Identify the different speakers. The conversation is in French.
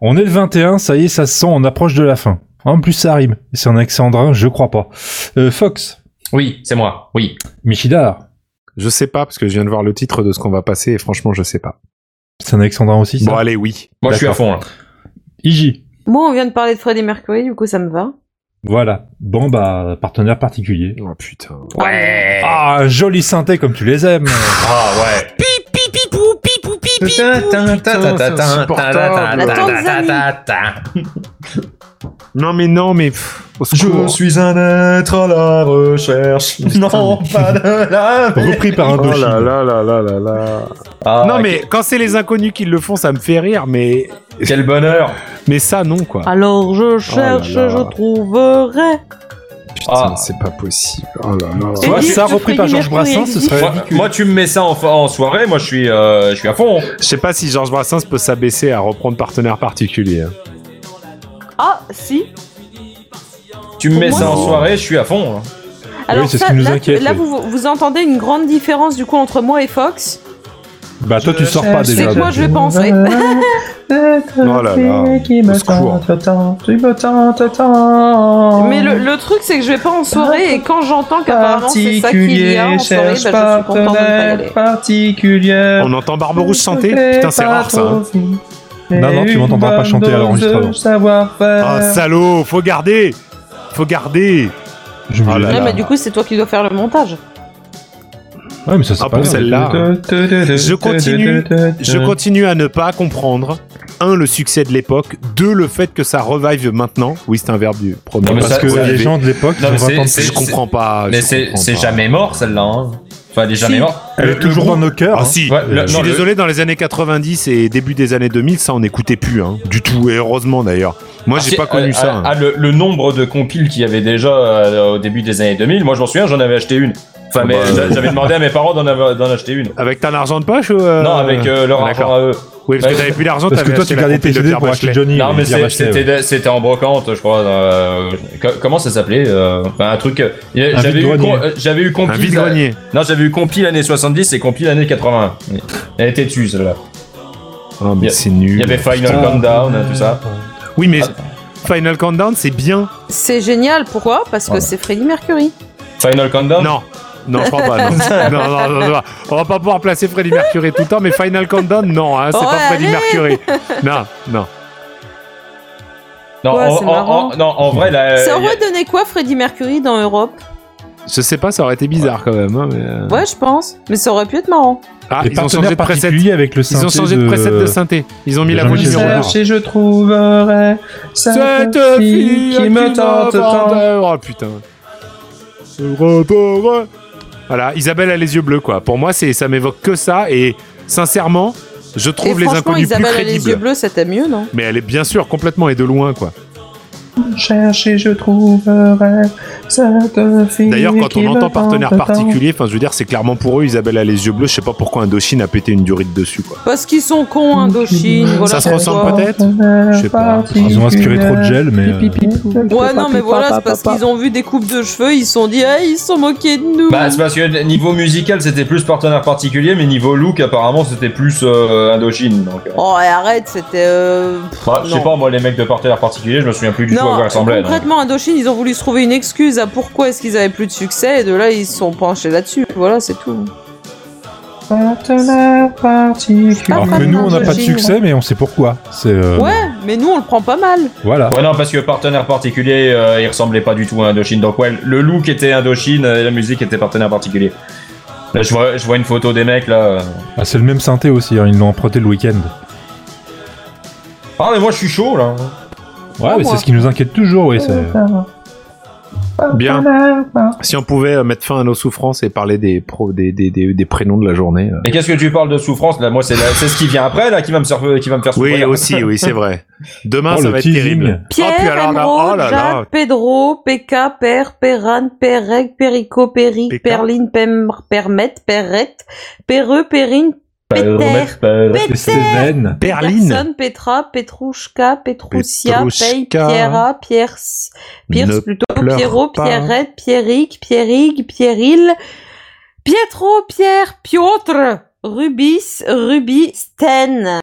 Speaker 1: On est le 21, ça y est, ça se sent, on approche de la fin. En plus, ça rime. C'est un alexandrin, je crois pas. Euh, Fox,
Speaker 2: Oui, c'est moi. Oui.
Speaker 1: Michidar,
Speaker 3: Je sais pas, parce que je viens de voir le titre de ce qu'on va passer, et franchement, je sais pas.
Speaker 1: c'est un alexandrin aussi, ça
Speaker 3: Bon, allez, oui.
Speaker 2: Moi, je suis à fond, là.
Speaker 1: Iji,
Speaker 4: Moi, on vient de parler de Freddie Mercury, du coup, ça me va.
Speaker 1: voilà. Bon, bah, partenaire particulier.
Speaker 3: Oh putain. Eh.
Speaker 2: Ouais. Ah,
Speaker 1: Ah, un joli synthé comme tu les aimes.
Speaker 2: ouais.
Speaker 4: La Tanzanie.
Speaker 3: Non, mais non, mais. pff, au
Speaker 5: Je
Speaker 3: secours.
Speaker 5: suis un être à la recherche. Non, pas de la.
Speaker 1: Repris par un
Speaker 3: Oh là là là là là là.
Speaker 2: Ah,
Speaker 3: non, mais quand c'est les inconnus qui le font, ça me fait rire, mais.
Speaker 2: Quel bonheur.
Speaker 3: Mais ça, non, quoi.
Speaker 4: Alors
Speaker 1: Oh
Speaker 4: je cherche,
Speaker 3: là là.
Speaker 4: je trouverai.
Speaker 3: Putain,
Speaker 2: Ah.
Speaker 3: c'est pas possible. Oh là là.
Speaker 1: Tu vois,
Speaker 4: Et
Speaker 1: ça
Speaker 4: je
Speaker 1: repris
Speaker 4: ferai
Speaker 1: par
Speaker 4: du
Speaker 1: Georges
Speaker 4: Mercury
Speaker 1: Brassens, ce
Speaker 4: Exit.
Speaker 1: serait
Speaker 2: Moi,
Speaker 1: ridicule.
Speaker 2: moi, tu me mets ça en, en soirée, moi, je suis, euh, je suis à fond.
Speaker 3: Je sais pas si Georges Brassens peut s'abaisser à reprendre partenaire particulier. hein.
Speaker 4: Ah, si.
Speaker 2: Tu me
Speaker 4: Pour
Speaker 2: mets
Speaker 4: moi,
Speaker 2: ça en
Speaker 4: non.
Speaker 2: soirée, je suis à fond. hein.
Speaker 4: Alors
Speaker 1: c'est ce
Speaker 4: ça,
Speaker 1: qui nous
Speaker 4: là,
Speaker 1: inquiète,
Speaker 4: là,
Speaker 1: oui.
Speaker 4: vous, vous entendez une grande différence du coup entre moi et Fox.
Speaker 1: Bah, toi, tu sors
Speaker 5: Euh,
Speaker 1: pas
Speaker 4: C'est
Speaker 1: déjà.
Speaker 4: que moi,
Speaker 1: donc.
Speaker 4: je vais penser.
Speaker 3: Oh là là.
Speaker 5: Qui
Speaker 3: Au
Speaker 5: me
Speaker 3: secours.
Speaker 5: tente, tente, tu me tentes tant.
Speaker 4: Mais le, le truc, c'est que je vais pas en soirée et quand j'entends qu'apparemment c'est ça qu'il y a en soirée,
Speaker 5: cherche
Speaker 4: bah, je suis contente de ne pas y aller.
Speaker 5: partenaire particulier.
Speaker 3: On entend Barberousse chanter Putain, c'est rare ça. hein.
Speaker 1: Non, non, tu m'entendras pas chanter à l'enregistrement.
Speaker 3: Ah,
Speaker 5: Savoir-faire.
Speaker 3: salaud, faut garder Faut garder
Speaker 1: Je me
Speaker 3: Ah
Speaker 1: dis,
Speaker 3: là
Speaker 4: Ouais,
Speaker 3: là.
Speaker 4: mais du coup, c'est toi qui dois faire le montage.
Speaker 1: Ouais, mais ça, c'est
Speaker 3: Ah,
Speaker 1: pas
Speaker 3: pour
Speaker 1: grave.
Speaker 3: celle-là. Je
Speaker 5: Je
Speaker 3: continue. Je
Speaker 2: Euh.
Speaker 3: continue à ne pas comprendre. Un, le succès de l'époque. Deux, le fait que ça revive maintenant. Oui, c'est un verbe du premier.
Speaker 2: Non, mais
Speaker 1: Parce
Speaker 2: ça-
Speaker 1: que
Speaker 2: ça-
Speaker 1: les gens de l'époque, ils
Speaker 2: Non,
Speaker 1: ont
Speaker 2: mais
Speaker 1: 20 ans de
Speaker 2: c'est-
Speaker 1: plus.
Speaker 3: Je comprends pas.
Speaker 2: Mais
Speaker 3: Ah, je
Speaker 2: c'est
Speaker 3: comprends
Speaker 2: c'est
Speaker 3: pas.
Speaker 2: jamais mort, celle-là. hein. Enfin, elle est jamais
Speaker 4: Si.
Speaker 2: morte.
Speaker 1: Elle est toujours dans nos cœurs.
Speaker 3: Ah
Speaker 1: hein.
Speaker 3: si,
Speaker 2: Ouais, le-
Speaker 3: je suis
Speaker 2: non, le-
Speaker 3: désolé, dans les années 90 et début des années 2000, ça on n'écoutait plus, hein, du tout, et heureusement d'ailleurs. Moi j'ai
Speaker 2: Si,
Speaker 3: pas connu
Speaker 2: euh,
Speaker 3: ça. hein.
Speaker 2: ah, ah, le, le nombre de compiles qu'il y avait déjà euh, au début des années 2000, moi, je m'en souviens, j'en avais acheté une. Enfin, mais
Speaker 3: Bah, euh,
Speaker 2: j'a- j'avais demandé à mes parents d'en avoir- d'en acheter une.
Speaker 3: Avec ton argent de poche ou, euh,
Speaker 2: Non, avec euh, bah, leur argent
Speaker 3: d'accord.
Speaker 2: à eux.
Speaker 3: Oui, parce que
Speaker 2: Ouais.
Speaker 3: t'avais plus d'argent,
Speaker 1: Parce que
Speaker 3: t'avais
Speaker 1: toi, tu
Speaker 3: acheté la
Speaker 1: gardais tes
Speaker 3: compile de
Speaker 1: CD
Speaker 3: Pierre
Speaker 1: pour acheter
Speaker 3: Bachelet.
Speaker 1: Johnny. hein,
Speaker 2: Non,
Speaker 1: et
Speaker 2: mais
Speaker 1: dire
Speaker 2: c'est-
Speaker 1: Bachelet, ouais.
Speaker 2: c'était c'était en brocante, je crois. euh, co- comment ça s'appelait euh, enfin, Un truc. euh, J'avais eu,
Speaker 1: vide-grenier.
Speaker 2: con- euh, j'avais eu
Speaker 3: Un
Speaker 2: compil.
Speaker 3: vide-grenier.
Speaker 2: Non, j'avais eu compil l'année 70 et compil l'année 80. Elle était dessus, celle-là.
Speaker 3: Oh,
Speaker 2: Il y
Speaker 3: mais
Speaker 2: a-
Speaker 3: c'est
Speaker 2: Il
Speaker 3: nul.
Speaker 2: y avait Final Countdown, hein, tout ça.
Speaker 3: Ah, Oui, mais Final Countdown, c'est bien.
Speaker 4: C'est génial, pourquoi Parce que
Speaker 2: Voilà.
Speaker 4: c'est Freddie Mercury.
Speaker 2: Final Countdown
Speaker 3: Non. Non, je crois pas. Non. non, non, non, non, non. On va pas pouvoir placer Freddie Mercury tout le temps, mais Final Countdown, non, hein, c'est
Speaker 4: Ouais,
Speaker 3: pas Freddie
Speaker 4: allez.
Speaker 3: Mercury. Non, non.
Speaker 2: Non,
Speaker 4: Ouais,
Speaker 2: en,
Speaker 4: c'est
Speaker 2: en-
Speaker 4: marrant.
Speaker 2: en- non, en vrai, là.
Speaker 4: ça
Speaker 2: euh, y a-
Speaker 4: aurait donné quoi Freddie Mercury dans Europe
Speaker 3: Je sais pas, ça aurait été bizarre quand même. hein, mais, euh.
Speaker 4: Ouais, je pense. Mais ça aurait pu être marrant.
Speaker 3: Ah,
Speaker 1: Les
Speaker 3: ils ont changé
Speaker 1: partenaires
Speaker 3: de preset.
Speaker 1: particuliers avec le
Speaker 3: Ils ont changé de preset de synthé. Ils ont mis
Speaker 1: de
Speaker 3: la voix
Speaker 1: Jean-Michel
Speaker 3: numéro
Speaker 1: Jarre.
Speaker 3: un.
Speaker 5: Cherche et je trouverai cette fille qui me tente tant.
Speaker 3: Oh putain. C'est retour. Voilà, Isabelle a les yeux bleus quoi. Pour moi, c'est ça m'évoque que ça et sincèrement, je
Speaker 4: Et
Speaker 3: trouve les
Speaker 4: franchement,
Speaker 3: inconnus plus
Speaker 4: Isabelle a les yeux
Speaker 3: crédibles.
Speaker 4: bleus, c'était mieux, non
Speaker 3: Mais elle est bien sûr complètement et de loin quoi.
Speaker 5: Cherche et je trouverai cette fille.
Speaker 3: D'ailleurs, quand
Speaker 5: qui
Speaker 3: on
Speaker 5: me
Speaker 3: entend
Speaker 5: tente
Speaker 3: partenaire
Speaker 5: tant.
Speaker 3: particulier, enfin je veux dire, c'est clairement pour eux Isabelle a les yeux bleus, je sais pas pourquoi Indochine a pété une durite dessus quoi.
Speaker 4: Parce qu'ils sont cons, Indochine. voilà
Speaker 3: Ça se
Speaker 4: pourquoi.
Speaker 3: ressemble peut-être
Speaker 5: Partenaire
Speaker 3: Je sais pas.
Speaker 1: Ils ont inspiré trop de
Speaker 5: particulier.
Speaker 1: gel, mais. euh,
Speaker 4: Ouais, non, mais voilà, c'est parce qu'ils ont vu des coupes de cheveux, ils se sont dit, ah, ils se sont moqués de nous.
Speaker 2: Bah, c'est parce que niveau musical, c'était plus partenaire particulier, mais niveau look, apparemment, c'était plus euh, Indochine. Donc, euh,
Speaker 4: oh, et arrête, c'était. euh, pff,
Speaker 2: bah, je sais
Speaker 4: non.
Speaker 2: pas, moi, les mecs de partenaire particulier, je me souviens plus du tout à
Speaker 4: Non,
Speaker 2: quoi ils
Speaker 3: hein.
Speaker 2: ressemblaient. donc.
Speaker 4: concrètement, Indochine, ils ont voulu se trouver une excuse à pourquoi est-ce qu'ils avaient plus de succès, et de là, ils se sont penchés là-dessus. Voilà, c'est tout.
Speaker 5: Partenaire particulier.
Speaker 1: Alors que nous, on n'a pas de
Speaker 4: Jean-Michel.
Speaker 1: succès, mais on sait pourquoi. C'est. euh,
Speaker 4: Ouais, mais nous, on le prend pas mal.
Speaker 3: Ah,
Speaker 1: Voilà.
Speaker 2: Ah Ouais, non, parce que partenaire particulier, euh, il ressemblait pas du tout à Indochine. Donc, ouais, le look était Indochine et la musique était partenaire particulier. Là, je vois, je vois une photo des mecs là. euh.
Speaker 1: Ah, c'est le même synthé aussi, hein, ils l'ont emprunté le week-end.
Speaker 2: Ah, mais moi, je suis chaud là.
Speaker 1: Ouais,
Speaker 4: Ah,
Speaker 1: mais
Speaker 4: moi.
Speaker 1: c'est ce qui nous inquiète toujours, oui. c'est-
Speaker 3: Bien.
Speaker 5: Partenaire particulier.
Speaker 3: Si on pouvait euh, mettre fin à nos souffrances et parler des pro- des, des, des- des prénoms de la journée. euh.
Speaker 2: Et qu'est-ce que tu parles de souffrance là Moi, c'est la- c'est ce qui vient après là qui va me, sur- qui va me faire souffrir.
Speaker 3: Oui, aussi, oui, c'est vrai. Demain,
Speaker 1: Oh,
Speaker 3: ça
Speaker 1: le
Speaker 3: va être
Speaker 1: teasing.
Speaker 3: terrible. Ah, puis
Speaker 4: Pierre,
Speaker 3: alors là,
Speaker 4: Emeraude,
Speaker 3: oh là là.
Speaker 4: Jacques, Pedro, PK, Per, Perran, Perreg, Perico, Peric,
Speaker 3: PK.
Speaker 4: Perline, Pem, Permet, Perrette, Perreux, Perrine,
Speaker 3: Bah,
Speaker 2: Bah,
Speaker 4: Peter, Oh.
Speaker 1: C'est Stéphane.
Speaker 3: Berlin.
Speaker 4: Personne, Petra, Petrouchka, Petrousia,
Speaker 3: Petrouchka.
Speaker 4: Pey, Pierra, Pierce, Pierce
Speaker 3: Ne
Speaker 4: plutôt,
Speaker 3: pleure
Speaker 4: Pierrot,
Speaker 3: pas.
Speaker 4: Pierrette, Pierrick, Pierrig, Pierril, Pietro, Pierre, Piotr, Rubis, Ruby, Sten.